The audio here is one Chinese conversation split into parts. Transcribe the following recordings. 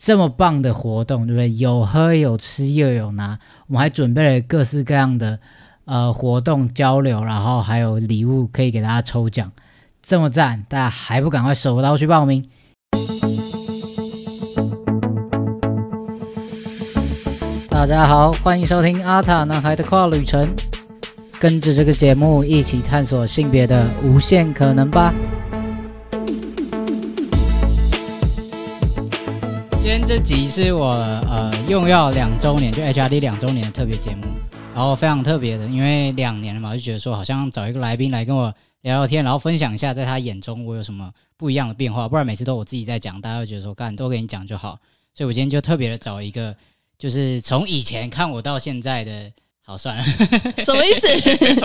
这么棒的活动，对不对？有喝有吃又有拿，我们还准备了各式各样的呃活动交流，然后还有礼物可以给大家抽奖，这么赞，大家还不赶快手刀去报名？大家好，欢迎收听阿塔男孩的跨旅程，跟着这个节目一起探索性别的无限可能吧。今天这集是我呃用药两周年，就 HRD 两周年的特别节目，然后非常特别的，因为两年了嘛，就觉得说好像找一个来宾来跟我聊聊天，然后分享一下在他眼中我有什么不一样的变化，不然每次都我自己在讲，大家会觉得说干都给你讲就好，所以我今天就特别的找一个，就是从以前看我到现在的，好算了， 什么意 思？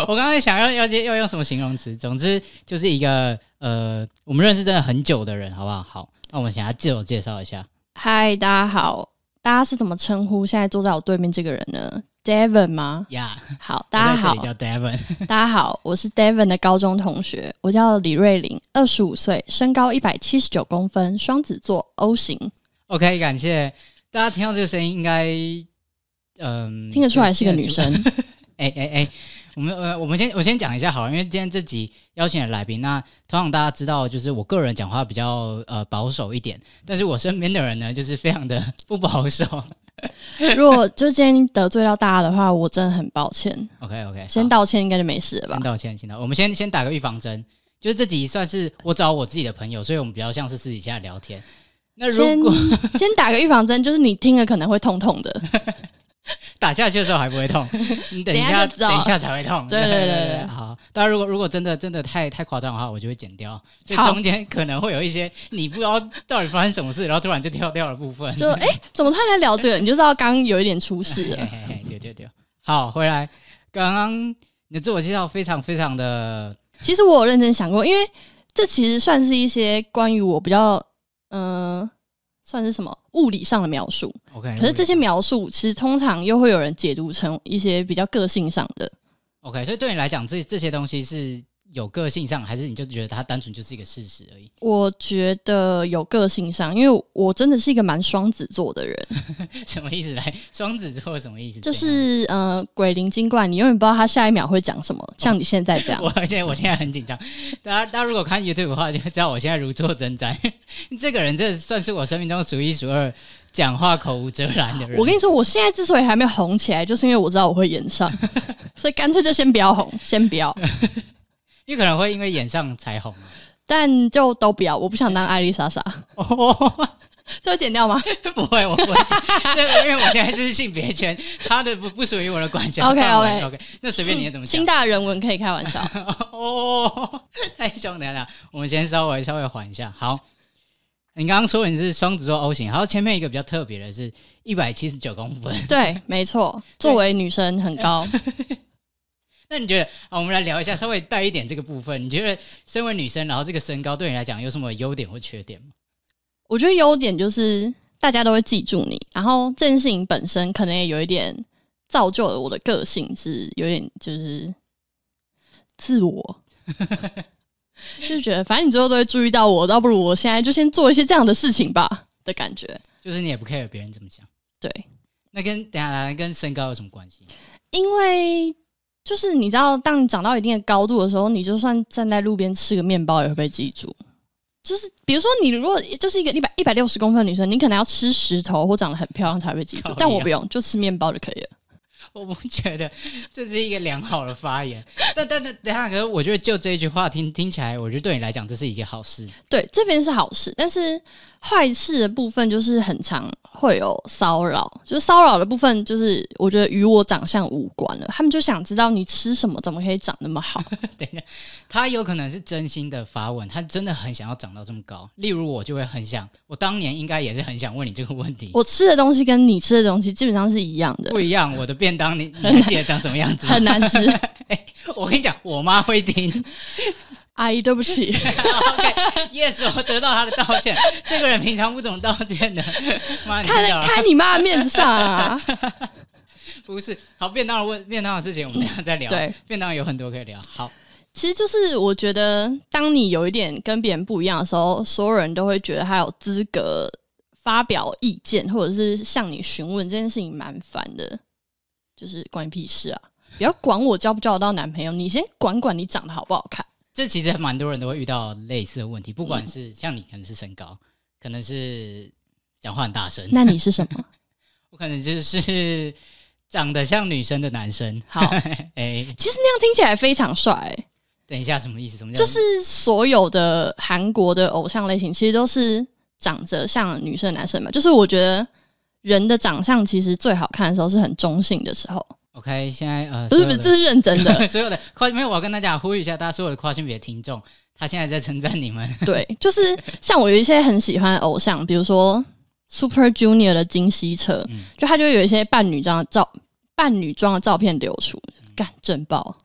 我刚刚在想要要要用什么形容词，总之就是一个呃我们认识真的很久的人，好不好？好，那我们想要自我介绍一下。嗨，大家好，大家是怎么称呼现在坐在我对面这个人呢？Devon 吗？呀、好，我大家在这好里，叫 Devon， 大家好，我是 Devon 的高中同学，我叫李瑞玲，二十五岁，身高一百七十九公分，双子座，O 型， OK，感谢大家听到这个声音，应该嗯听得出来是个女。生。哎哎哎，我们呃，我们先我先讲一下好了，因为今天这集邀请的来宾，那通常大家知道，就是我个人讲话比较呃保守一点，但是我身边的人呢，就是非常的 不保守。如果就今天得罪到大家的话，我真的很抱歉， OK OK，先道歉应该就没事了吧先？道歉，先道，我们先先打个预防针，就是这集算是我找我自己的朋友，所以我们比较像是私底下聊天。那先如果先打个预防针，就是你听了可能会痛痛的。打下去的时候还不会 痛，你等一等一下下，就知道了等一下才会痛。对对对对对好。当然，如果如果真的真的太太夸张的话，我就会剪掉。所以好中间可能会有一些你不知道到底发生什么事，然后突然就跳掉的部分。 就哎、怎么他在聊这个？你就知道刚刚有一点出事嘿了。嘿嘿对对对，好，回来。刚刚你的自我介绍非常非常的，其实我有认真想过，因为这其实算是一些关于我比较，嗯、算是什么物理上的描述。 OK，可是这些描述，其实通常又会有人解读成一些比较个性上的。 OK，所以对你来讲，这这些东西是有个性上，还是你就觉得它单纯就是一个事实而已？ 我觉得有个性上，因为我真的是一个蛮双子座的人，什么意思？来，双子座什么意思？这就样是呃鬼灵精怪，你永远不知道他下一秒会讲什么，像你现在这 样。我而且我现在很紧张，大家大家如果看 YouTube 的话，就知道我现在如坐针毡。 这个人，这算是我生命中数一数二讲话口无遮拦的人。我跟你说，我现在之所以还没红起来，就是因为我知道我会演上，所以干脆就先不要红，先不要，你可能会因为演上才红啊。但就都不要，我不想当艾丽莎莎，哦，这会剪掉吗 不会，我不会讲，这个因为我现在就是性别圈，他的不不属于我的管辖 OK，范围 OK OK，那随便你 怎么讲新。大人文可以开玩笑。 哦，太凶了啦！我们先稍微稍微缓一下。好，你刚刚说你是双子座 O 型，然后前面一个比较特别的是一百七十九公分。对，没 错，作为女生很 高，那你觉得啊，我们来聊一下，稍微带一点这个部分。你觉得身为女生，然后这个身高对你来讲有什么优点或缺点吗？我觉得优点就是大家都会记住你。然后这件事情本身可能也有一点造就了我的个性，是有点就是自 我，就觉得反正你最后都会注意到我，倒不如我现在就先做一些这样的事情吧的感觉。就是你也不 care 别人怎么想。对，那跟等一下来跟身高有什么关系？ 因为就是你知道，当你长到一定的高度的时候，你就算站在路边吃个面包也会被记住。就是比如说，你如果就是一个一百一百六十公分的女生，你可能要吃石头或长得很漂亮才会被记靠住腰，但我不用，就吃面包就可以了。我不觉得这是一个良好的发言。但但但等一下，可是我觉得就这一句话听听起来，我觉得对你来讲这是一件好事。对，这边是好事，但是坏事的部分就是很常会有骚扰，就是骚扰的部分就是我觉得与我长相无关了，他们就想知道你吃什么，怎么可以长那么好。等一下，他有可能是真心的发问，他真的很想要长到这么高。例如我就会很想，我当年应该也是很想问你这个问题。我吃的东西跟你吃的东西基本上是一样的不，一样，我的便当你你还记得长什么样子吗？ 很难吃。我跟你讲，我妈会听。阿姨，对不 起。啊 OK，Yes，我得到她的道歉。这个人平常不懂道歉 的，妈，你看听到了在看你妈的面子上啊！ 不是好便当的问便当的事情，我们等一下再聊。对，便当有很多可以聊。好，其实就是我觉得，当你有一点跟别人不一样的时候，所有人都会觉得他有资格发表意见，或者是向你询问这件事情，蛮烦的。就是关你屁事啊！不要管我交不交得到男朋友，你先管管你长得好不好看。这其实蛮多人都会遇到类似的问题，不管是、嗯像你可能是身高，可能是讲话很大声，那你是什么？ 我可能就是长得像女生的男生。好， 哎、其实那样听起来非常帅欸、等一下什么意思？什么叫就是所有的韩国的偶像类型，其实都是长着像女生的男生嘛。就是我觉得人的长相其实最好看的时候是很中性的时候， OK？现在呃，不所是有不啊的是，这是认真 的。所有的跨没有，我要跟大家呼吁一下，大家所有的跨性别听众，他现在在称赞你们。对， 就是像我有一些很喜欢的偶像，比如说 Super Junior 的金希澈，嗯就他就会有一些扮女装的照扮女装的照片流出，干震爆。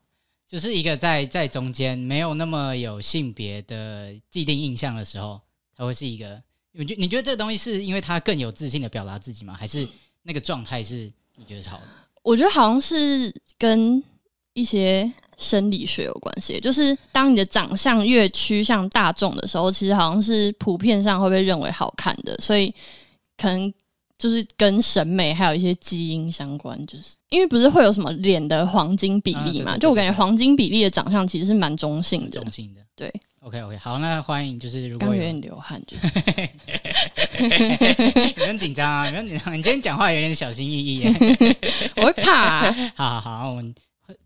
就是一个在在中间没有那么有性别的既定印象的时候，它会是一个。你觉你觉得这个东西是因为他更有自信的表达自己吗？还是那个状态是你觉得是好的？我觉得好像是跟一些生理学有关系，就是当你的长相越趋向大众的时候，其实好像是普遍上会被认为好看的，所以可能就是跟审美还有一些基因相关，就是因为不是会有什么脸的黄金比例嘛？啊对对对就我感觉黄金比例的长相其实是蛮中性的中，性的。对， OK OK，好，那欢迎就是如刚果有有点流汗，就 你不用紧张啊，你不用紧张，你今天讲话有点小心翼翼耶。 我会怕啊、好好好，我们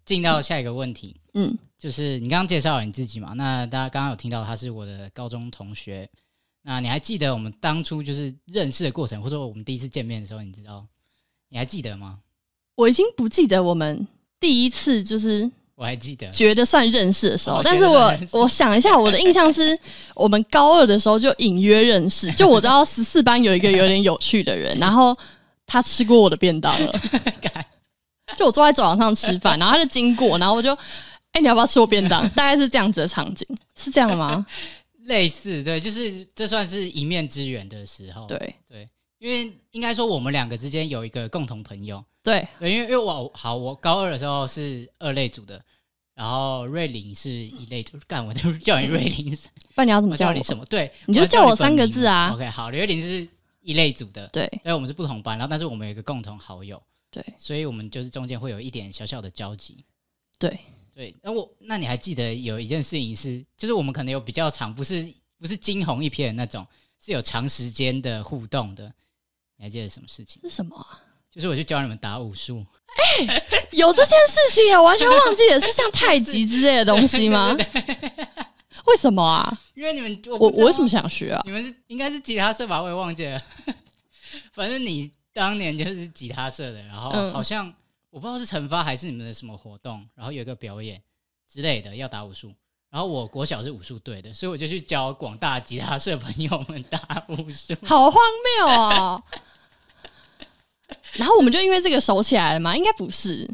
进到下一个问题。嗯，就是你刚刚介绍了你自己嘛，那大家刚刚有听到他是我的高中同学，那你还记得我们当初就是认识的过程，或者说我们第一次见面的时候，你知道你还记得吗？我已经不记得我们第一次就是我还记得，觉得算认识的时候，哦但是觉得我算认识我想一下，我的印象是我们高二的时候就隐约认识， 就我知道十四班有一个有点有趣的人，然后他吃过我的便当 了， 就我坐在走廊上吃饭，然后他就经过，然后我就。哎、你要不要吃我 便当？大概是这样子的场景，是这样吗？类似对，就是这算是一面之缘的时候，对对，因为应该说我们两个之间有一个共同朋友，对，对，因为因为我好，我高二的时候是二类组的，然后瑞林是一类组，干我都叫你瑞林，不然你要怎么我叫叫我？你什么？对，你就要叫我本三个名字啊 OK，好，刘月玲是一类组的，对哎所以我们是不同班，然后但是我们有一个共同好友，对所以我们就是中间会有一点小小的交集。对，对，那我那你还记得有一件事情是，就是我们可能有比较长，不是不是惊鸿一瞥的那种，是有长时间的互动的。你还记得什么事情？是什么啊、就是我去教你们打武术，有这件事情啊耶，我完全忘记了，是像太极之类的东西 吗？为什么啊？因为你们我我不知我为道什么想学啊？你们是应该是吉他社吧？我也忘记了。 反正你当年就是吉他社的，然后嗯好像、我不知道是惩罚还是你们的什么活动，然后有一个表演之类的要打武术。然后我国小是武术队的，所以我就去教广大吉他社朋友们打武术。好荒谬哦！然后我们就因为这个熟起来了嘛？应该不是，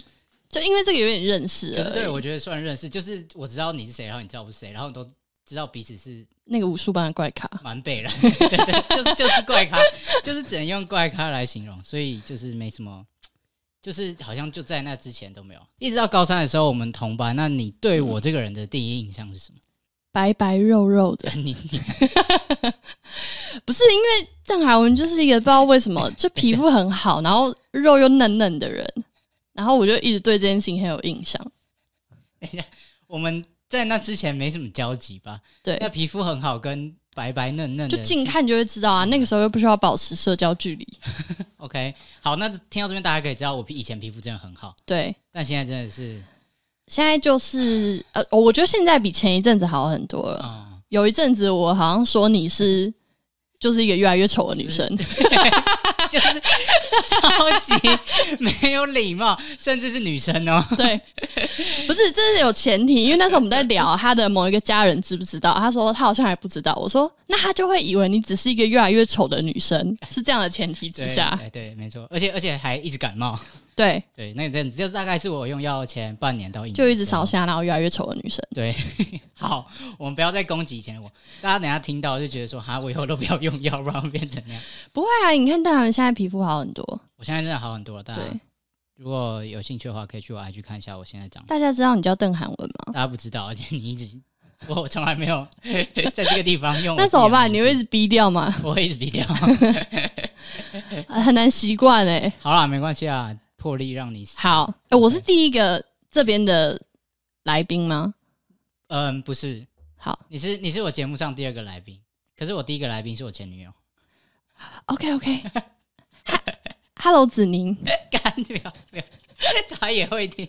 就因为这个有点认识可是了。对我觉得算认识，就是我知道你是谁，然后你知道我是谁，然后都知道彼此是那个武术班的怪咖，蛮北然， 对对，就是就是怪咖， 就是只能用怪咖来形容，所以就是没什么，就是好像就在那之前都没有，一直到高三的时候我们同班。那你对我这个人的第一印象是什么？ 白白肉肉的，你你不是因为邓海文就是一个不知道为什么就皮肤很好，然后肉又嫩嫩的人，然后我就一直对这件事情很有印象。我们在那之前没什么交集吧？对那，皮肤很好，跟白白嫩嫩的，就是近看就会知道啊，那个时候又不需要保持社交距离。 OK，好，那听到这边大家可以知道我皮以前皮肤真的很好，对，但现在真的是，现在就是呃，我觉得现在比前一阵子好很多了。 嗯，有一阵子我好像说你 是就是一个越来越丑的女生，就是 超级没有礼貌，甚至是女生哦。 对，不是，这是有前提，因为那时候我们在聊他的某一个家人知不知道，他说他好像还不知道，我说那他就会以为你只是一个越来越丑的女 生，是这样的前提之对哎下，对对，没错，而且而且还一直感冒。对，嗯对，那阵子就是大概是我用药前半年到一年，就一直烧。香，然后越来越丑的女生，对，好，我们不要再攻击以前的我，大家等一下听到就觉得说，哈，我以后都不要用药，不然会变成那样。不会啊，你看大人现在皮肤好很多，我现在真的好很多了，大对，家如果有兴趣的话，可以去我 IG 看一下我现在长大家知道你叫邓涵文吗？大家不知道，而且你一直，我从来没 有在这个地方用我自己的名字。那怎么办？你会一直逼掉 吗？我会一直逼掉。啊很难习惯哎。好啦，没关系啊，破例让你。好，欸我是第一个这边的来宾吗？嗯，不是，好你是你是我节目上第二个来宾，可是我第一个来宾是我前女友。 ，OK OK。Hello，子宁， 干，不要不要， 他也会听，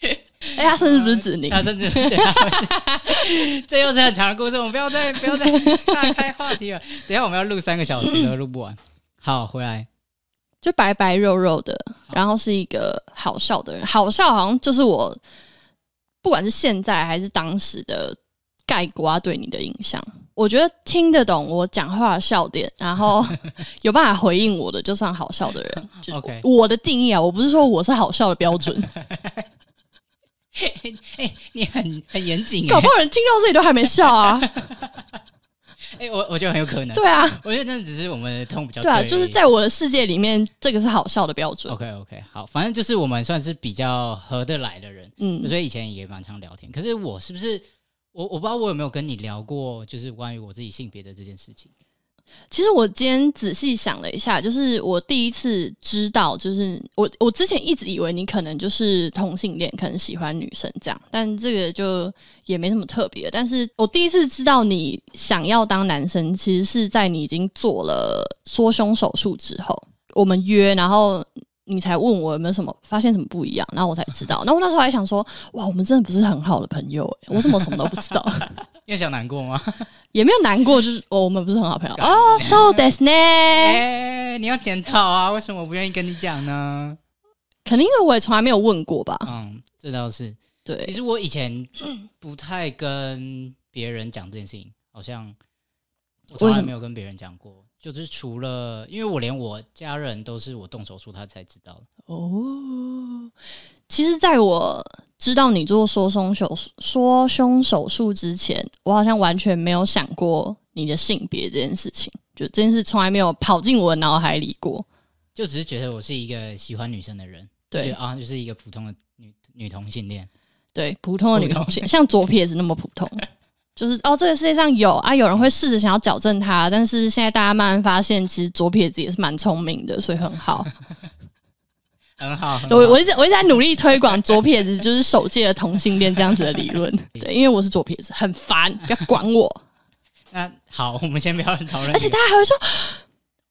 哎、他甚至不是子宁，他甚至 对啊，是这又是很长的故事，我们不要再不要再 岔开话题了。等一下我们要录三个小时都录不完。好，回来。就白白肉肉的，然后是一个好笑的人。好笑好像就是我，不管是现在还是当时的盖瓜对你的影响。我觉得听得懂我讲话的笑点，然后有办法回应我的，就算好笑的人。就是 OK 我的定义啊，我不是说我是好笑的标 准，哎、你很很严谨搞哎不好人听到这里都还没笑 啊。哎、我我觉得很有可能。对啊，我觉得真的只是我们的痛比较哦对啊，而已就是在我的世界里面，这个是好笑的标准。 OK OK 好，反正就是我们算是比较合得来的人，嗯，所以以前也蛮常聊天。可是我是不是我我不知道我有没有跟你聊过，就是关于我自己性别的这件事情。其实我今天仔细想了一下，就是我第一次知道，就是我我之前一直以为你可能就是同性恋，可能喜欢女生这样，但这个就也没什么特别。但是我第一次知道你想要当男生，其实是在你已经做了缩胸手术之后，我们约，然后。你才问我有没有什么发现什么不一样，然后我才知道。 然后我那时候还想说，哇，我们真的不是很好的朋友、欸，我怎么什么都不知道？ 你有想难过吗？也没有难过，就是哦，我们不是很好朋友哦。So that's 呢，哎、你要检讨啊，为什么我不愿意跟你讲呢？可能因为我也从来没有问过吧。嗯，这倒是。其哦对，实我以前不太跟别人讲这件事情，好像我从为来什么没有跟别人讲过。就是除了，因为我连我家人都是我动手术，他才知道的。哦，其实在我知道你做缩胸手术、缩胸手术之前，我好像完全没有想过你的性别这件事情，就这件事从来没有跑进我的脑海里过。就只是觉得我是一个喜欢女生的人，就对觉得啊，就是一个普通的女女同性恋。对，普通的女普通同性，像左撇子那么普 通。就是哦，这个世界上有啊，有人会试着想要矫正他，但是现在大家慢慢发现，其实左撇子也是蛮聪明的，所以很好。很好，很好 我我一直我一直在努力推广左撇子就是首届的同性恋这样子的理论，对，因为我是左撇子，很烦，不要管我，那好，我们先不要讨论。而且大家还会说，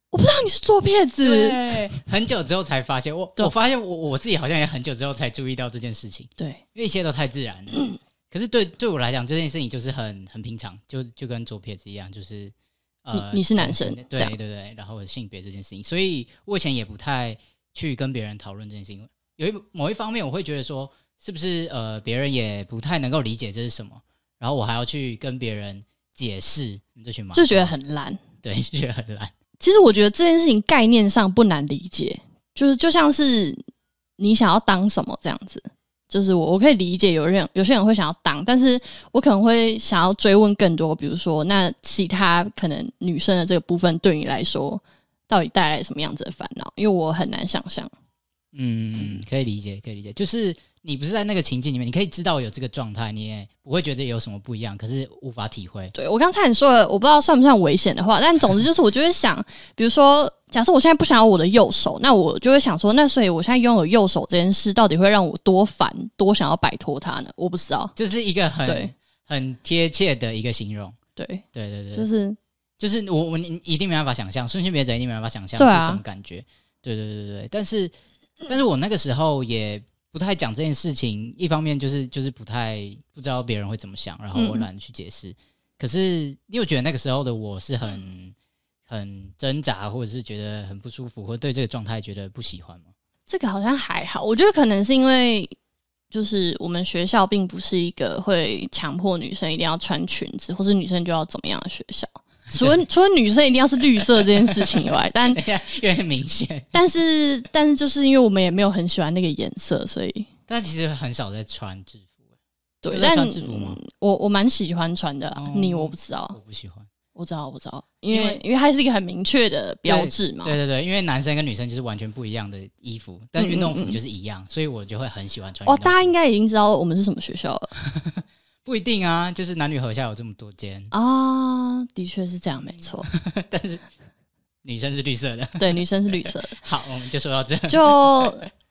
我不知道你是左撇子，对，很久之后才发现，我对我发现我我自己好像也很久之后才注意到这件事情，对，因为一切都太自然 了。可是对对我来讲，这件事情就是很很平常，就就跟左撇子一样，就是呃，你你是男生同性恋这对样对对，然后性别这件事情，所以我以前也不太去跟别人讨论这件事情。有一某一方面，我会觉得说，是不是呃，别人也不太能够理解这是什么，然后我还要去跟别人解释，你这群麻就觉得很烂。对， 就觉得很懒。其实我觉得这件事情概念上不难理解，就是就像是你想要当什么这样子，就是我我可以理解有人有些人会想要当，但是我可能会想要追问更多，比如说那其他可能女生的这个部分对你来说到底带来什么样子的烦恼？因为我很难想象。嗯，可以理解，可以理解，就是你不是在那个情境里面，你可以知道有这个状态，你也不会觉得有什么不一样，可是无法体会。对我刚才你说的，我不知道算不算危险的话，但总之就是我就会想，比如说，假设我现在不想要我的右手，那我就会想说，那所以我现在拥有右手这件事，到底会让我多烦，多想要摆脱它呢？我不知道。这是一个很对很贴切的一个形容。对，对对对，就就是是我我你一定没办法想象，瞬性别者一定没办法想象对啊是什么感觉。对对对对对，但是但是我那个时候也不太讲这件事情，一方面就是就是不太不知道别人会怎么想，然后我嗯懒得去解释。可是你有觉得那个时候的我是很很挣扎，或者是觉得很不舒服，或者对这个状态觉得不喜欢吗？ 这个好像还好，我觉得可能是因为就是我们学校并不是一个会强迫女生一定要穿裙子，或是女生就要怎么样的学校。除了除了女生一定要是绿色这件事情以外，但有点明显，但是但是就是因为我们也没有很喜欢那个颜色，所以但其实很少在穿制服，对有。在但穿制服吗嗯我我蛮喜欢穿的啦、啊哦你我不知道我，不喜欢。我知道，我知道，因因为为因为它是一个很明确的标志嘛。对对对，因为男生跟女生就是完全不一样的衣服，但嗯运动服嗯嗯就是一样，所以我就会很喜欢穿运哦，动服。大家应该已经知道我们是什么学校了不一定啊，就是男女合校有这么多间，啊，的确是这样，没错。但是女生是绿色的。 对，女生是绿色的。好，我们就说到 这。就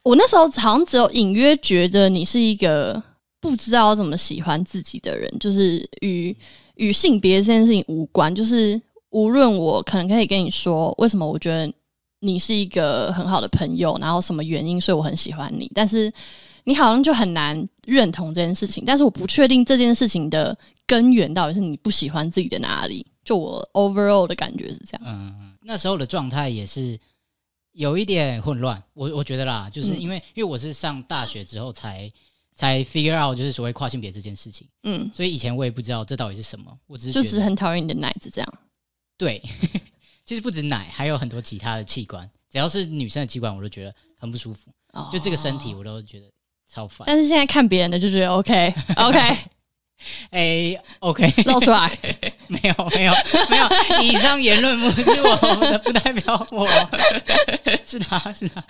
我那时候好像只有隐约觉得你是一个不知道怎么喜欢自己的人，就是与与性别这件事情无关。就是无论我可能可以跟你说，为什么我觉得你是一个很好的朋友，然后什么原因，所以我很喜欢你，但是你好像就很难认同这件事情。但是我不确定这件事情的根源到底是你不喜欢自己的哪里。就我 overall 的感觉是这样，嗯，那时候的状态也是有一点混乱，我我觉得啦，就是嗯因为、因为我是上大学之后才才 figure out 就是所谓跨性别这件事情，嗯，所以以前我也不知道这到底是什么，我只是就觉只是得很讨厌你的奶子这样。对， 其实不止奶，还有很多其他的器官，只要是女生的器官，我都觉得很不舒服。就这个身体，哦我都觉得超烦。但是现在看别人的就觉得 OK OK 哎、o k 露出来， 没有没有没有，以上言论不是我的，不代表我， 是他是他，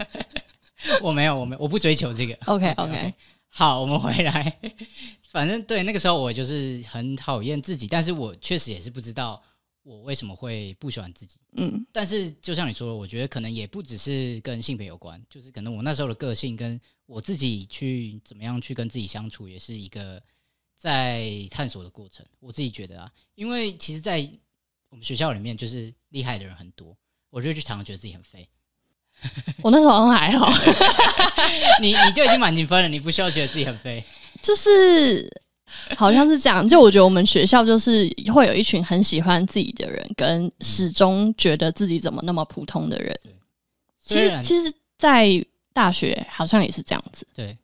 我没有我没有我不追求这个。 OK OK，好，我们回来。反正对那个时候我就是很讨厌自己，但是我确实也是不知道我为什么会不喜欢自己。嗯但是就像你说的，我觉得可能也不只是跟性别有关，就是可能我那时候的个性跟我自己去怎么样去跟自己相处，也是一个在探索的过程。我自己觉得啊，因为其实，在我们学校里面，就是厉害的人很多，我就去常常觉得自己很废。 我那时候好像还好， 你你就已经满勤分了，你不需要觉得自己很废。就是好像是这样。就我觉得我们学校就是会有一群很喜欢自己的人，跟始终觉得自己怎么那么普通的人。其虽实然其实，在大学好像也是这样子。对，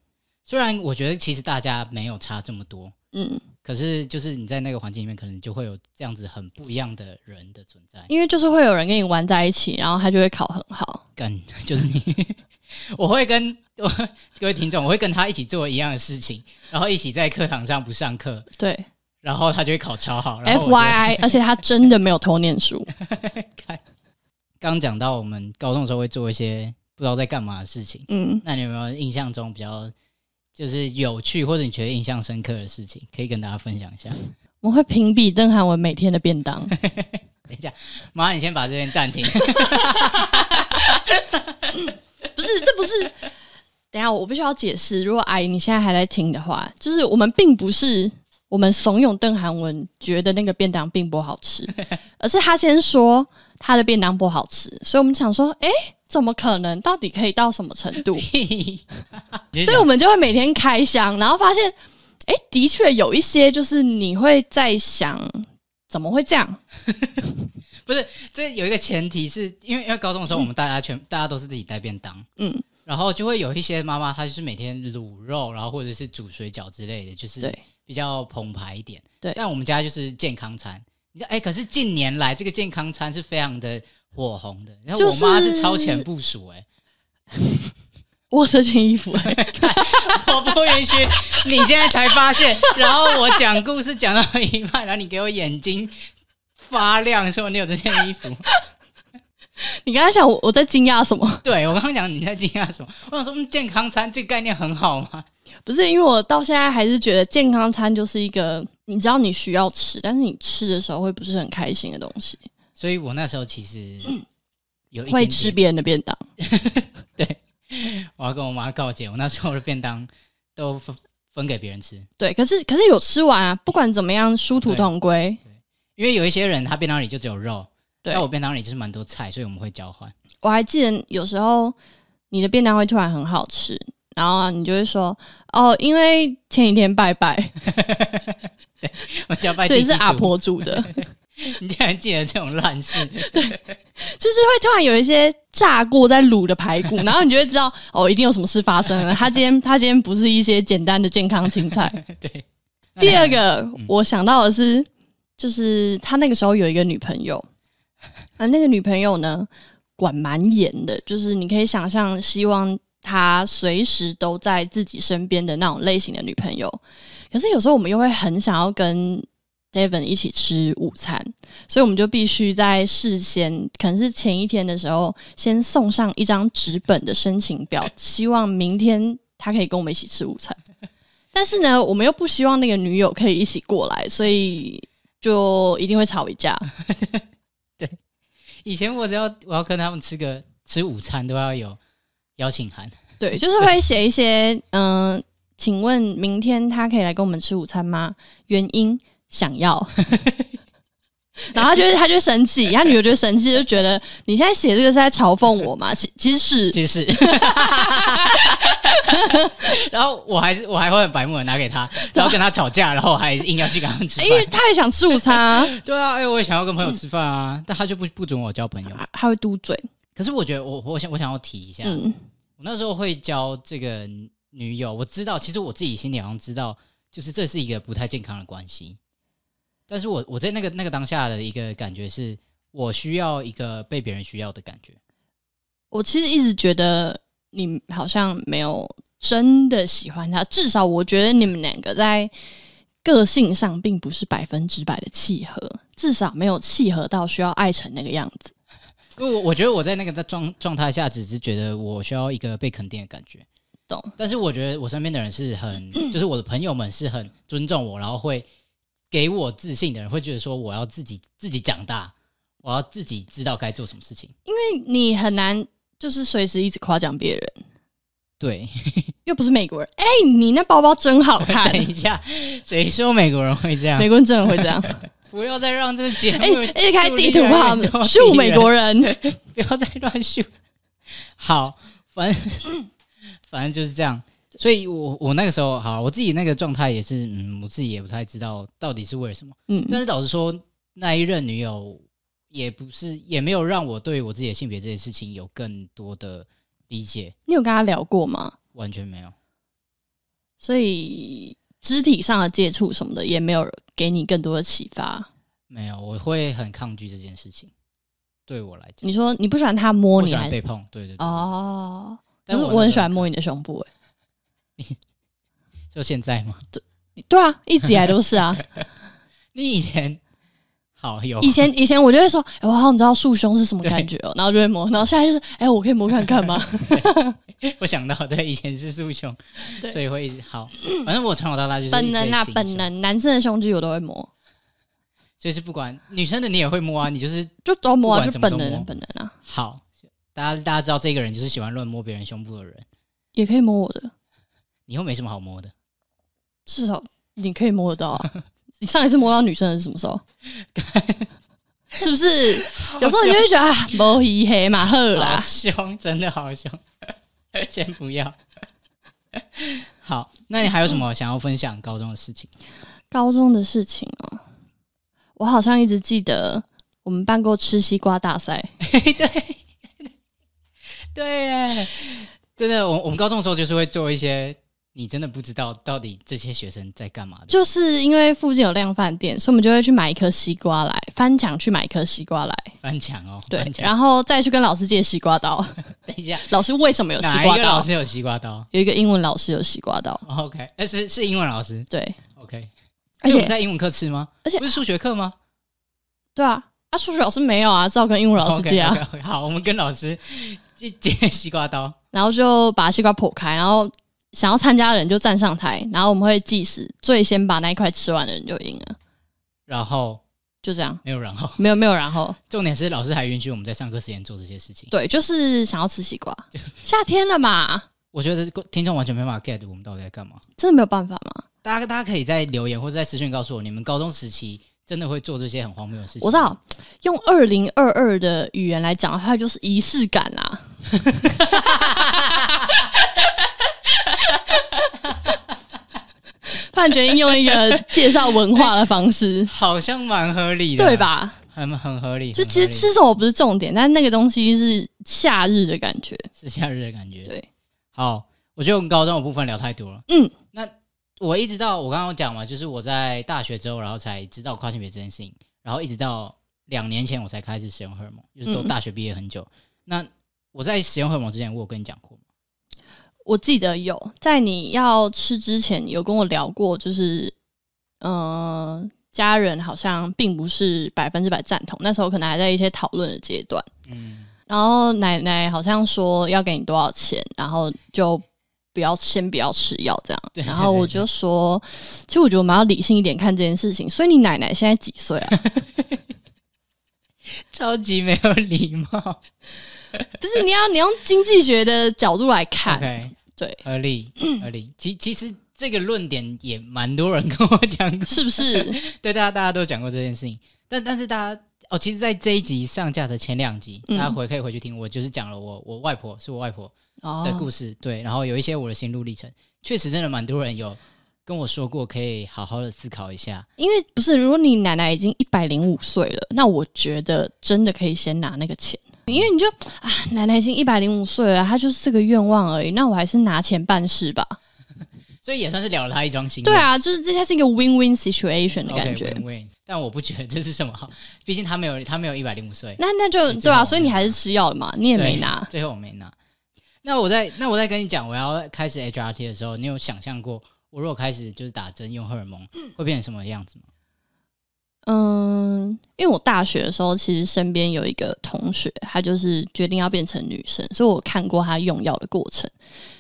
虽然我觉得其实大家没有差这么多，嗯，可是就是你在那个环境里面，可能就会有这样子很不一样的人的存在。因为就是会有人跟你玩在一起，然后他就会考很好。跟 就是你，我会跟我各位听众，我会跟他一起做一样的事情，然后一起在课堂上不上课，对然后他就会考超好。然后，F 我就 Y I，而且他真的没有偷念 书。刚讲到我们高中的时候会做一些不知道在干嘛的事情，嗯，那你有没有印象中比较就是有趣或者你觉得印象深刻的事情，可以跟大家分享一下？ 我们会评比邓涵文每天的便当。等一下，麻烦你先把这边暂停。 不是，这不是。等一下，我必须要解释。如果阿姨你现在还在听的话，就是我们并不是我们怂恿邓涵文觉得那个便当并不好吃，而是他先说他的便当不好吃，所以我们想说，诶，怎么可能？到底可以到什么程度？你是所以我们就会每天开箱，然后发现，诶，的确有一些就是你会在想，怎么会这样？这有一个前提是因为因为高中的时候，我们大家全、大家都是自己带便当，嗯嗯，然后就会有一些妈妈她就是每天卤肉，然后或者是煮水饺之类的，就是对比较澎湃一点。对但我们家就是健康餐，你知道，哎、可是近年来这个健康餐是非常的火红的，然后就我妈是是超前部署、哎，我有这件衣 服、我不允许你现在才发现。然后我讲故事讲到一半，然后你给我眼睛发亮，说你有这件衣 服。你刚才想我我在惊讶什么？对我刚刚讲你在惊讶什么？我想说，嗯，健康餐这个概念很好嘛。不是因为我到现在还是觉得健康餐就是一个你知道你需要吃，但是你吃的时候会不是很开心的东西，所以我那时候其实有一点会吃点别人的便当。我要跟我妈告诫，我那时候的便当都分分给别人吃，对，可是可是有吃完啊，不管怎么样，殊途同归。因为有一些人他便当里就只有肉，对那我便当里就是蛮多菜，所以我们会交换。 我还记得有时候你的便当会突然很好吃，然后啊你就会说哦，因为前几天拜拜，我叫拜所以地是基阿主，婆煮的， 你竟然记得这种烂事，就是会突然有一些炸过在卤的排骨，然后你就会知道哦，一定有什么事发生了。他今天他今天不是一些简单的健康青菜。对。那你第还二个我想到的是，就是他那个时候有一个女朋友，啊，那个女朋友呢管蛮严的，就是你可以想象，希望他随时都在自己身边的那种类型的女朋友。可是有时候我们又会很想要跟 Devon 一起吃午餐，所以我们就必须在事先，可能是前一天的时候，先送上一张纸本的申请表，希望明天他可以跟我们一起吃午餐。但是呢，我们又不希望那个女友可以一起过来，所以就一定会吵一架。以前我只要我要跟他们吃个吃午餐都要有邀请函，对，就是会写一些，嗯、请问明天他可以来跟我们吃午餐吗？原因想要。然后他就会他就生气，他女友就生气，就觉得你现在写这个是在嘲讽我嘛？其其实是就是 然后我还是我还会很白目的拿给他，然后跟他吵架，然后我还硬要去跟他们吃哎因为饭。他也想吃午餐啊， 对啊，哎、我也想要跟朋友吃饭啊，但他就不不准我交朋友。他他会嘟嘴，可是我觉得我我想我想要提一下，嗯，我那时候会交这个女友，我知道，其实我自己心里好像知道，就是这是一个不太健康的关系。但是我我在那个那个当下的一个感觉是，我需要一个被别人需要的感觉。我其实一直觉得你好像没有真的喜欢他，至少我觉得你们两个在个性上并不是百分之百的契合，至少没有契合到需要爱成那个样子。因为我我觉得我在那个状状态下，只是觉得我需要一个被肯定的感觉。懂。但是我觉得我身边的人是很， 就是我的朋友们是很尊重我，然后会给我自信的人，会觉得说我要自己自己长大，我要自己知道该做什么事情。哎你很难就是随时一直夸奖别人，对，又不是美国人。哎、你那包包真哎好看，等一下，谁说美国人会这样美？国人真的会这样。不要再让这个节目哎、树立哎，开地图越来炮越多秀美敌国 人，人，不要再乱秀。好，反 正反正就是这样。所以我我那个时候好，我自己那个状态也是，嗯，我自己也不太知道到底是为了什么。嗯，但是老实说，那一任女友也不是，也没有让我对我自己的性别这件事情有更多的理解，你有跟他聊过吗？完全没有。所以肢体上的接触什么的也没有给你更多的启发。没有，我会很抗拒这件事情。对我来讲，你说你不喜欢他摸不你喜欢还是被碰，对对对。哦？可但是我我很喜欢那个，摸你的胸部、欸，就现在吗？对啊，一直以来都是啊。 你以前好有以前以前我就会说，哎、我好想知道束胸是什么感觉哦、然后就会摸，然后现在就是，哎、我可以摸看看 吗？我想到，对，以前是束胸， 对所以会好。反正我从小到大就是本一能直被，啊形本塑，能，男生的胸肌我都会摸，就是不管女生的你也会摸啊，你就是就都摸不啊，管就什么本都摸能本能啊，好。大家大家知道这个人就是喜欢乱摸别人胸部的人，也可以摸我的，你又没什么好摸的。至少你可以摸得到啊。 你上一次摸到女生的是什么时 候？是不是？有时候你就会觉得啊，摸一黑嘛，好好啦，凶，真的好凶。 先不要。 好，那你还有什么想要分享高中的事情？高中的事情哦、我好像一直记得我们办过吃西瓜大赛，对耶，真的，我我们高中的时候就是会做一些你真的不知道到底这些学生在干嘛的。就是因为附近有量贩店，所以我们就会去买一颗西瓜来，翻墙去买一颗西瓜来，翻墙哦，对翻，墙。然后再去跟老师借西 瓜刀。等一下，老师为什么有西哪瓜一个老刀？师有西瓜刀有一个英文老师有西瓜刀，哦？OK，哎、是是英文老师对， ，OK。而所以我且们在英文课吃吗？而且不是数学课吗？对啊，啊，数学老师没有啊，只好跟英文老师借啊。 o k 好，我们跟老师借借西瓜刀。然后就把西瓜剖开，然后想要参加的人就站上台，然后我们会计时，最先把那一块吃完的人就赢了，然后就这样，没有然后，没有没有然后，重点是老师还允许我们在上课时间做这些事情。对，就是想要吃西瓜，夏天了嘛，我觉得听众完全没办法 get 我们到底在干嘛。真的没有办法嘛，大家大家可以在留言或者在私讯告诉我，你们高中时期真的会做这些很荒谬的事情？，我知，道用二零二二的语言来讲，它就是仪式感啊啦、 突然决定用一个介绍文化的方式好像蛮合理的，对？吧？很很合理。就很合其实理吃什么不是重点，但那个东西是夏日的感觉。是夏日的感觉。对，好，我觉得我们高中的部分聊太多了。嗯，那我一直到我刚刚有讲嘛，就是我在大学之后，然后才知道跨性别这件事情，然后一直到两年前我才开始使用荷尔蒙，就是都嗯大学毕业很久。那我在使用荷尔蒙之前，我有跟你讲过吗？我记得有在你要吃之前有跟我聊过，就是呃，家人好像并不是百分之百赞同，那时候可能还在一些讨论的阶段。嗯，然后奶奶好像说要给你多少钱，然后就不要先不要吃药这样。对然后我就说，其实我觉得我们要理性一点看这件事情。所以你奶奶现在几岁 啊？ 超级没有礼 貌。不是你要你用经济学的角度来看 OK，啊对，合理合理。其其实这个论点也蛮多人跟我讲过，是不是？对，大家大家都讲过这件事情，但但是大家哦，其实，在这一集上架的前两集，嗯大家回可以回去听，我就是讲了我我外婆是我外婆 哦的故事，对，然后有一些我的心路历程，确实真的蛮多人有跟我说过，可以好好的思考一下，因为不是，如果你奶奶已经一百零五岁了，那我觉得真的可以先拿那个钱，因为你就啊，奶奶已经一百零五岁了，她就是这个愿望而已，那我还是拿钱办事吧。所以也算是了了他一桩心愿。对啊，就是这下是一个 win-win situation 的感觉。 o k win 但我不觉得这是什么好， 毕竟他没有他没有一百零五岁，那那就对对啊，这个我没拿所以你还是吃药了嘛，你也没对拿。最后我没拿。那我在那我在跟你讲，我要开始 HRT 的时候，你有想象过我如果开始就是打针用荷尔蒙会变成什么样子吗？嗯，因为我大学的时候，其实身边有一个同学，她就是决定要变成女生，所以我看过她用药的过程，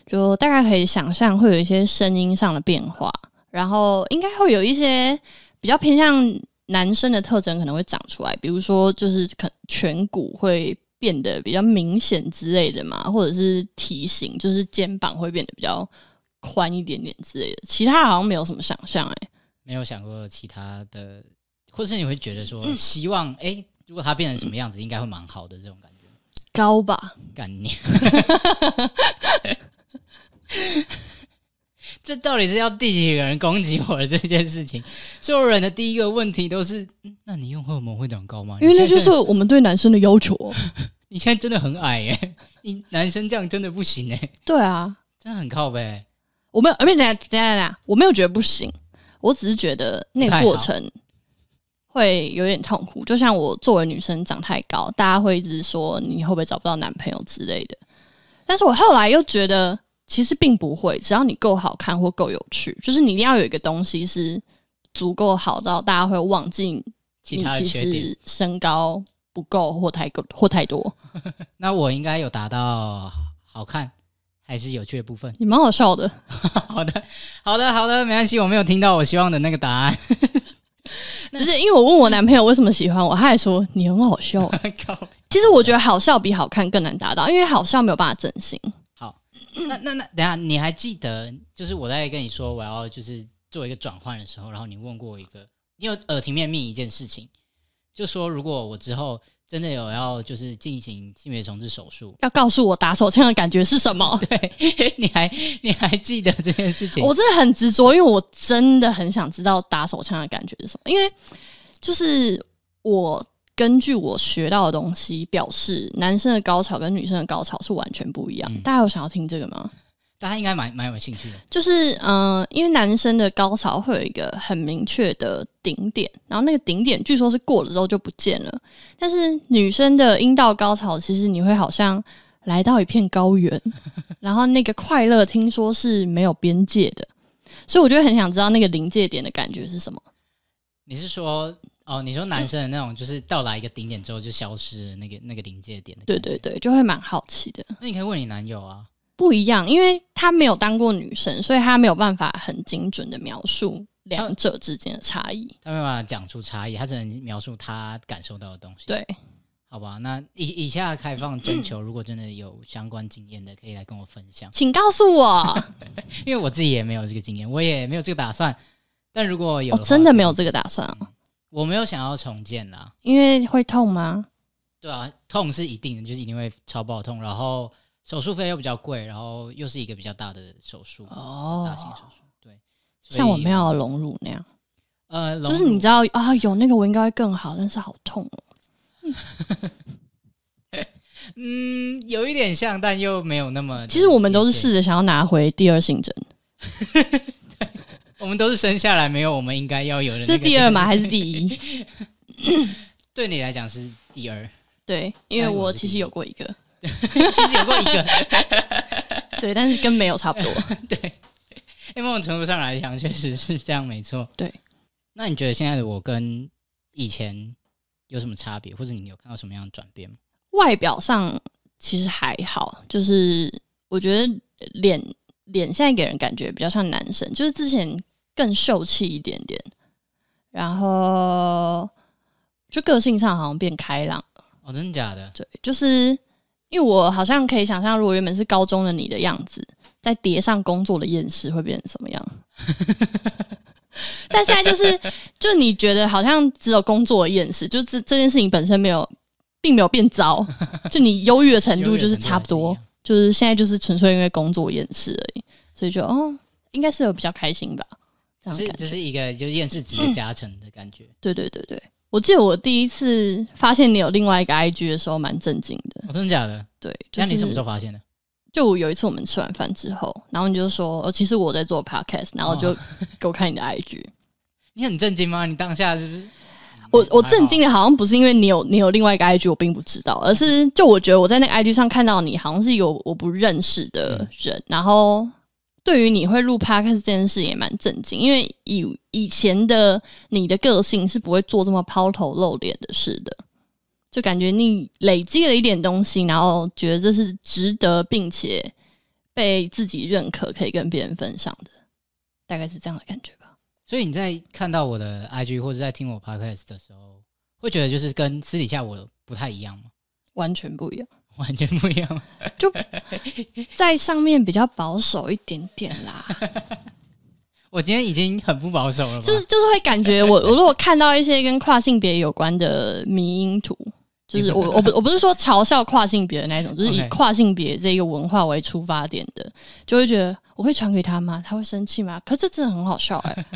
就大概可以想象会有一些声音上的变化，然后应该会有一些比较偏向男生的特征可能会长出来，比如说就是可颧骨会变得比较明显之类的嘛，或者是体型，就是肩膀会变得比较宽一点点之类的，其他好像没有什么想象哎、没有想过其他的，或是你会觉得 说，希望诶，如果他变成什么样子，应该会蛮好的这种感觉。高吧，干你！ 这到底是要第几个人攻击我的这件事情？所有人的第一个问题都是：嗯那你用荷尔蒙会长高吗？因为你那现在就是真的我们对男生的要求。哦 你现在真的很矮耶、你男生这样真的不行哎、对啊，真的很靠呗。我没有，没有，等一下等一下等一下，我没有觉得不行，我只是觉得那个过程会有点痛苦。就像我作为女生长太高，大家会一直说你会不会找不到男朋友之类的。但是我后来又觉得，其实并不会，只要你够好看或够有趣，就是你一定要有一个东西是足够好到大家会忘记你其你他的其缺点，实身高不够或太够或太多。那我应该有达到好看还是有趣的部分。你蛮好笑的， 好的，好的，好的，没关系，我没有听到我希望的那个答案。 不是因为我问我男朋友为什么喜欢我，他还说你很好 笑。靠其实我觉得好笑比好看更难达到，因为好笑没有办法整形。好，那那那，等一下你还记得，就是我在跟你说我要就是做一个转换的时候，然后你问过我一个，你有耳提面命一件事情，就说如果我之后真的有要就是进行性别重置手 术，要告诉我打手枪的感觉是什么？对，你还你还记得这件事情？我真的很执着，因为我真的很想知道打手枪的感觉是什么。因为就是我根据我学到的东西表示，男生的高潮跟女生的高潮是完全不一样。嗯大家有想要听这个吗？但他应该蛮蛮有兴趣的。就是嗯、呃因为男生的高潮会有一个很明确的顶点，然后那个顶点据说是过了之后就不见了。但是女生的阴道高潮，其实你会好像来到一片高原，然后那个快乐听说是没有边界的，所以我就会很想知道那个临界点的感觉是什么。你是说哦？你说男生的那种，就是到达一个顶点之后就消失了那个那个临界点的。对对。对，就会蛮好奇的。那你可以问你男友啊。不一样，因为她没有当过女生，所以她没有办法很精准的描述两者之间的差异。他没办法讲出差异，他只能描述他感受到的东西。，对，好吧，那以以下开放征求，如果真的有相关经验的，可以来跟我分享，请告诉我。因为我自己也没有这个经验，我也没有这个打算。但如果有我、的话哦真的没有，这个打算哦，我没有想要重建啦。因为会痛吗？对啊，痛是一定的，就是一定会超爆痛，然后手术费又比较贵，然后又是一个比较大的手术，大型哦手，术。对，所以像我没有隆乳那样，呃，隆就是你乳知道啊，有那个我应该会更好，但是好痛哦。嗯，有一点像，但又没有那么。其实我们都是对试着想要拿回第二性征，我们都是生下来没有我们应该要有的。这第二吗？？还是第一？ 对你来讲是第二， 对，因为哎我我是其第实一有过一个，其实有过一个，对，但是跟没有差不多。因为某种程度上来讲，确实是这样，没错。对，那你觉得现在的我跟以前有什么差别，或者你有看到什么样的转变吗？外表上其实还好，就是我觉得脸脸现在给人感觉比较像男生，就是之前更秀气一点点，然后就个性上好像变开朗，哦，真的假的？对，就是因为我好像可以想象，如果原本是高中的你的样子，再叠上工作的厌世，会变成什么样？ 但现在就是，就你觉得好像只有工作的厌世，就这这件事情本身没有，并没有变 糟，就你忧郁的程度就是差不优越多程度还是一，样。就是现在就是纯粹因为工作厌世而已，所以就哦，应该是有比较开心吧，这样的只是感觉只是一个就是厌世值的加成的感 觉。对对对对，我记得我第一次发现你有另外一个 IG 的时候，蛮震惊的。哦，真的假的？对，就那是、你什么时候发现的？就有一次我们吃完饭之后，然后你就说，哦，其实我在做 podcast，然后就给我看你的 IG。你很震惊吗？你当下就是我我震惊啊！的好像不是因为你有你有另外一个 IG，我并不知道，而是就我觉得我在那个 IG 上看到你，好像是一个我我不认识的人，然后。对于你会录 podcast 这件事也蛮震惊，因为以以前的你的个性是不会做这么抛头露脸的事的，就感觉你累积了一点东西，然后觉得这是值得并且被自己认可，可以跟别人分享的，大概是这样的感觉吧。所以你在看到我的 IG 或者在听我 podcast 的时候，会觉得就是跟私底下我不太一样吗？ 完全不一样。完全不一样吗。在上面比较保守一点点 啦，我今天已经很不保守了吧？就是就是会感觉我我如果看到一些跟跨性别有关的迷因图，就是我我不我不是说嘲笑跨性别的那一种，就是以 OK 跨性别这个文化为出发点的，就会觉得我会传给他吗？他会生气吗？可这真的很好笑哎、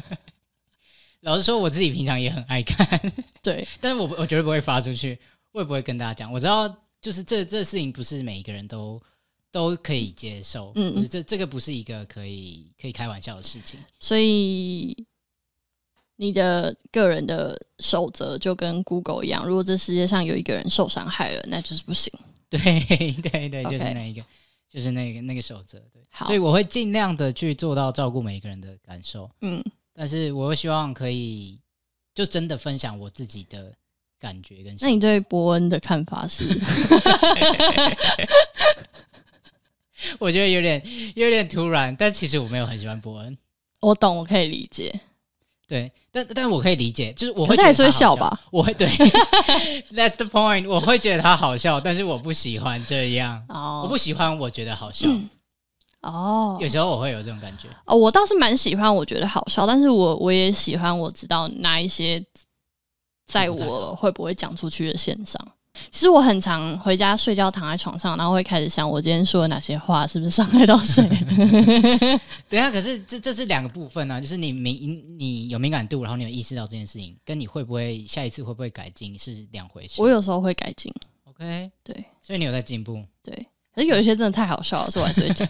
老实说，我自己平常也很爱看，对但是我不 我绝对不会发出去，我也不会跟大家讲。我知道，就是这这事情不是每一个人都都可以接受，嗯嗯就是这这个不是一个可以可以开玩笑的事情。 所以你的个人的守则就跟 Google 一样，如果这世界上有一个人受伤害了，那就是不行。对对对，就是 OK 那一个，就是那个那个守则。对，好所以，我会尽量的去做到照顾每一个人的感受，嗯，但是我又希望可以就真的分享我自己的感觉跟想那法。你对伯恩的看法是？我觉得有点有点突然，但其实我没有很喜欢伯恩。我懂，我可以理解。对，但但我可以理解，就是我可会觉是得还是会他好笑吧？我会对 ，That's the point，我会觉得他好笑，但是我不喜欢这样，我哦不喜欢我觉得好笑，哦有时候我会有这种感觉。哦，我倒是蛮喜欢，我觉得好笑，但是我我也喜欢，我知道哪一些在我会不会讲出去的线上。其实我很常回家睡觉，躺在床上，然后会开始想我今天说的哪些话是不是伤害到 谁。等一啊下，可是这这是两个部分啊，就是你敏你你有敏感度，然后你有意识到这件事情，跟你会不会下一次会不会改进是两回事。我有时候会改进， OK，对所以你有在进步。 对，可是有一些真的太好笑了，所以我还是会讲。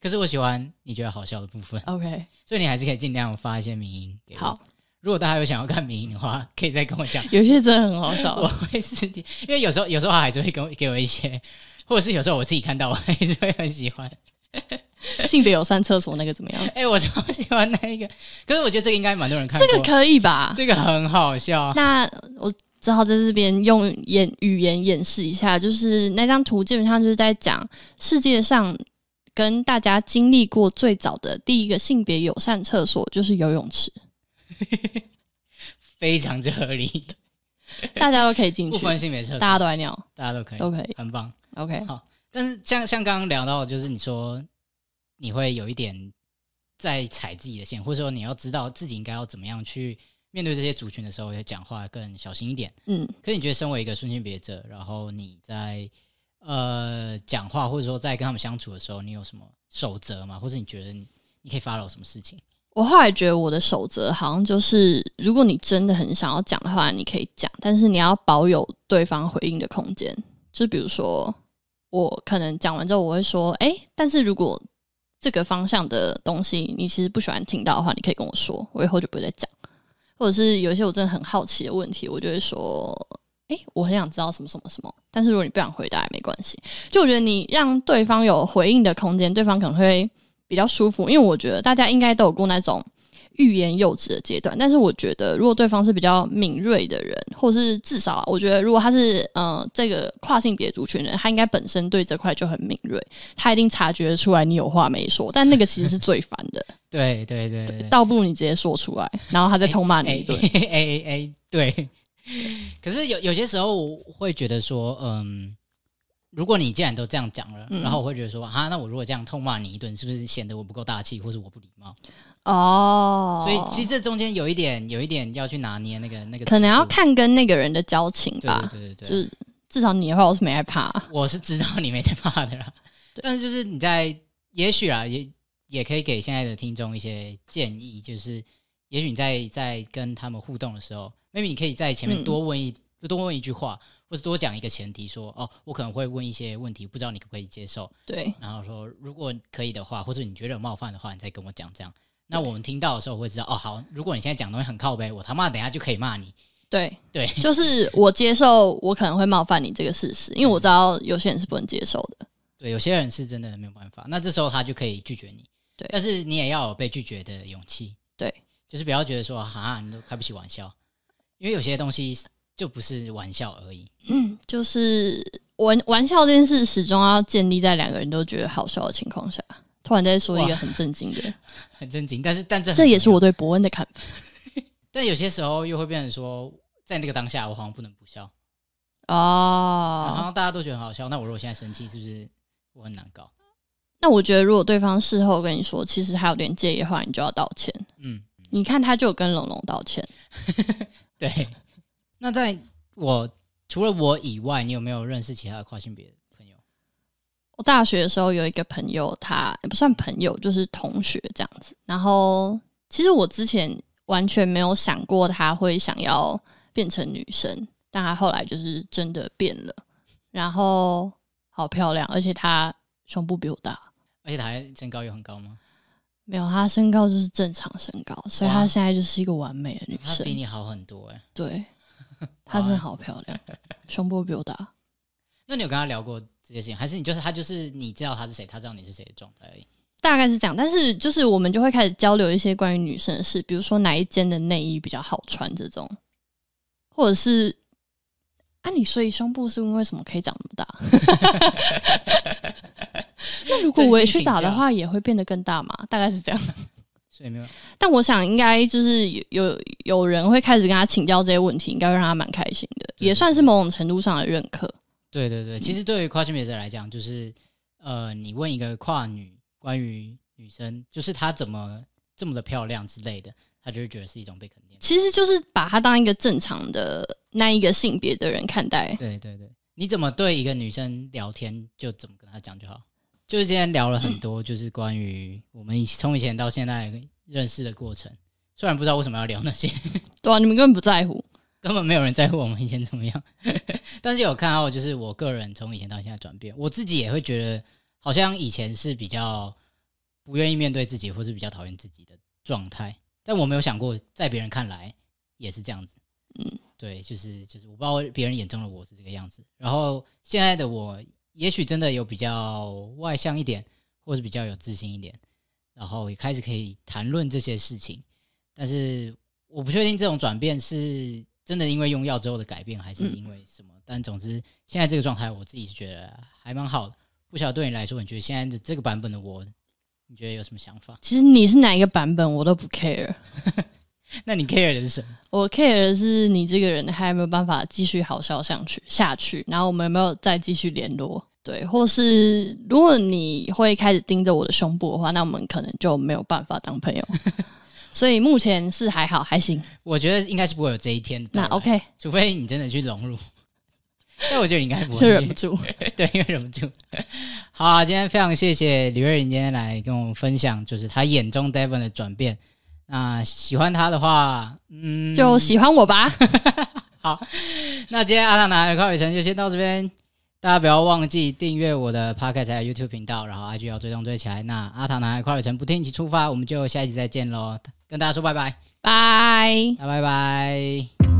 可是我喜欢你觉得好笑的部分， OK，所以你还是可以尽量发一些民音给我。好，，如果大家有想要看民音的话，可以再跟我讲，有一些真的很好 笑我。会私底，因为有时候有时候他还是会给我给我一些，或者是有时候我自己看到我还是会很喜欢。 性别友善厕所那个怎么样？哎、我超喜欢那一个，可是我觉得这个应该蛮多人看这过，个可以吧？这个很好笑。 那我只好在这边用言语言演示一下，就是那张图基本上就是在讲世界上跟大家经历过最早的第一个性别友善厕所就是游泳池，非常之合理，大家都可以进不去，分性别厕所，大家都来尿大家都可以，都可以。很棒。 OK，但是像像刚刚聊到，就是你说你会有一点在踩自己的线，或者说你要知道自己应该要怎么样去面对这些族群的时候，要讲话更小心一点。嗯，可是你觉得身为一个顺性别者，然后你在呃讲话或者说在跟他们相处的时候，你有什么守则吗？或者你觉得你你可以 follow 什么事情？我后来觉得我的守则好像就是，如果你真的很想要讲的话，你可以讲，但是你要保有对方回应的空间。就比如说，我可能讲完之后，我会说，哎、但是如果这个方向的东西你其实不喜欢听到的话，你可以跟我说，我以后就不会再讲。或者是有一些我真的很好奇的问题，我就会说，哎、我很想知道什么什么什么，但是如果你不想回答也没关系。就我觉得你让对方有回应的空间，对方可能会比较舒服，因为我觉得大家应该都有过那种欲言又止的阶段。但是我觉得，如果对方是比较敏锐的人，或是至少啊我觉得，如果他是嗯、呃这个跨性别族群人，他应该本身对这块就很敏锐，他一定察觉得出来你有话没说。但那个其实是最烦的，对对 对 对倒不如你直接说出来，然后他再痛骂你一顿。 哎哎哎，对。可是有有些时候我会觉得说，嗯，如果你既然都这样讲了，嗯然后我会觉得说，啊，那我如果这样痛骂你一顿，是不是显得我不够大气，或是我不礼貌？哦，所以其实这中间有一点，有一点要去拿捏那个那个，可能要。看跟那个人的交情对对吧，对对就对，是至少你的话我是没害怕、啊我是知道你没在怕的啦，对但是就是你在，也许啦，也也可以给现在的听众一些建议，就是也许你在在跟他们互动的时候，maybe 你可以在前面嗯多问一、多问一句话，或是多讲一个前提说，哦，我可能会问一些问题，不知道你可不可以接受，对，然后说如果可以的话，或者你觉得有冒犯的话，你再跟我讲这样。那我们听到的时候会知道，哦，好，如果你现在讲东西很靠背，我他妈等一下就可以骂你。对对，就是我接受我可能会冒犯你这个事实，因为我知道有些人是不能接受的。对，有些人是真的没有办法，那这时候他就可以拒绝你。对但是你也要有被拒绝的勇气。对，就是不要觉得说哈，你都开不起玩笑，因为有些东西就不是玩笑而已。就是玩玩笑这件事，始终要建立在两个人都觉得好笑的情况下。突然在说一个很震惊的，很震惊，但是但这很这也重是要我对伯恩的看法但有些时候又会变成说，在那个当下，我好像不能不笑，好哦。像大家都觉得很好笑。那我如果现在生气，是不是我很难搞？那我觉得，如果对方事后跟你说，其实还有点介意的话，你就要道歉。嗯，你看，他就有跟龙龙道歉。对。 那在我除了我以外，你有没有认识其他的跨性别朋友？我大学的时候有一个朋友，他也不算朋友，就是同学这样子。然后其实我之前完全没有想过他会想要变成女生，但他后来就是真的变了，然后好漂亮，而且他胸部比我大。而且他还身高又很高吗？没有，她身高就是正常身高，所以哇她现在就是一个完美的女他比生。你好很多哎、 对，她真的好漂亮，胸部比我大。那你有跟他聊过这些事情，还是你就是他就是你知道他是谁，他知道你是谁的状态而已？大概是这样，但是就是我们就会开始交流一些关于女生的事，比如说哪一间的内衣比较好穿这种，或者是啊，你所以胸部是因为什么可以长那么大？ 那如果我也去打的话，也会变得更大嘛？大概是这样。所以没有但我想应该就是有有有人会开始跟他请教这些问题，应该会让他蛮开心的，对也算是某种程度上的认可。对对对，其实对于跨性别者来讲，就是呃，你问一个跨女关于女生，就是她怎么这么的漂亮之类的，他就会觉得是一种被肯定。其实就是把她当一个正常的那一个性别的人看待，对对对，你怎么对一个女生聊天，就怎么跟她讲就好。就是今天聊了很多，就是关于我们以从以前到现在认识的过程。虽然不知道为什么要聊那些，对啊，你们根本不在乎。根本没有人在乎我们以前怎么样， 但是有看到就是我个人从以前到现在转变，我自己也会觉得好像以前是比较不愿意面对自己，或是比较讨厌自己的状态。但我没有想过，在别人看来也是这样子。嗯，对，就是就是，我不知道别人眼中的我是这个样子。然后现在的我，也许真的有比较外向一点，或是比较有自信一点，然后也开始可以谈论这些事情。但是我不确定这种转变是真的因为用药之后的改变，还是嗯因为什么。但总之，现在这个状态，我自己是觉得还蛮好的。不晓得对你来说，你觉得现在的这个版本的我，你觉得有什么想法？ 其实你是哪一个版本我都不 care，那你 care 的是什么？我 care 的是你这个人还有没有办法继续好笑下去下去，然后我们有没有再继续联络？对，或是如果你会开始盯着我的胸部的话，那我们可能就没有办法当朋友。所以目前是还好，还行。我觉得应该是不会有这一天的到那来。 OK，除非你真的去融入。 但我觉得你应该不就会，忍不住。对，因为忍不住。 好、啊，今天非常谢谢李瑞林今天来跟我们分享，就是他眼中 Devon 的转变。那喜欢他的话，嗯，就喜欢我吧。那今天阿塔拿的快旅程就先到这边，大家不要忘记订阅我的 Podcast 还有 YouTube 频道，然后 IG 要追踪追起来。那阿塔拿的快旅程不定期出发，我们就下一集再见喽，跟大家说拜拜，拜。拜拜拜。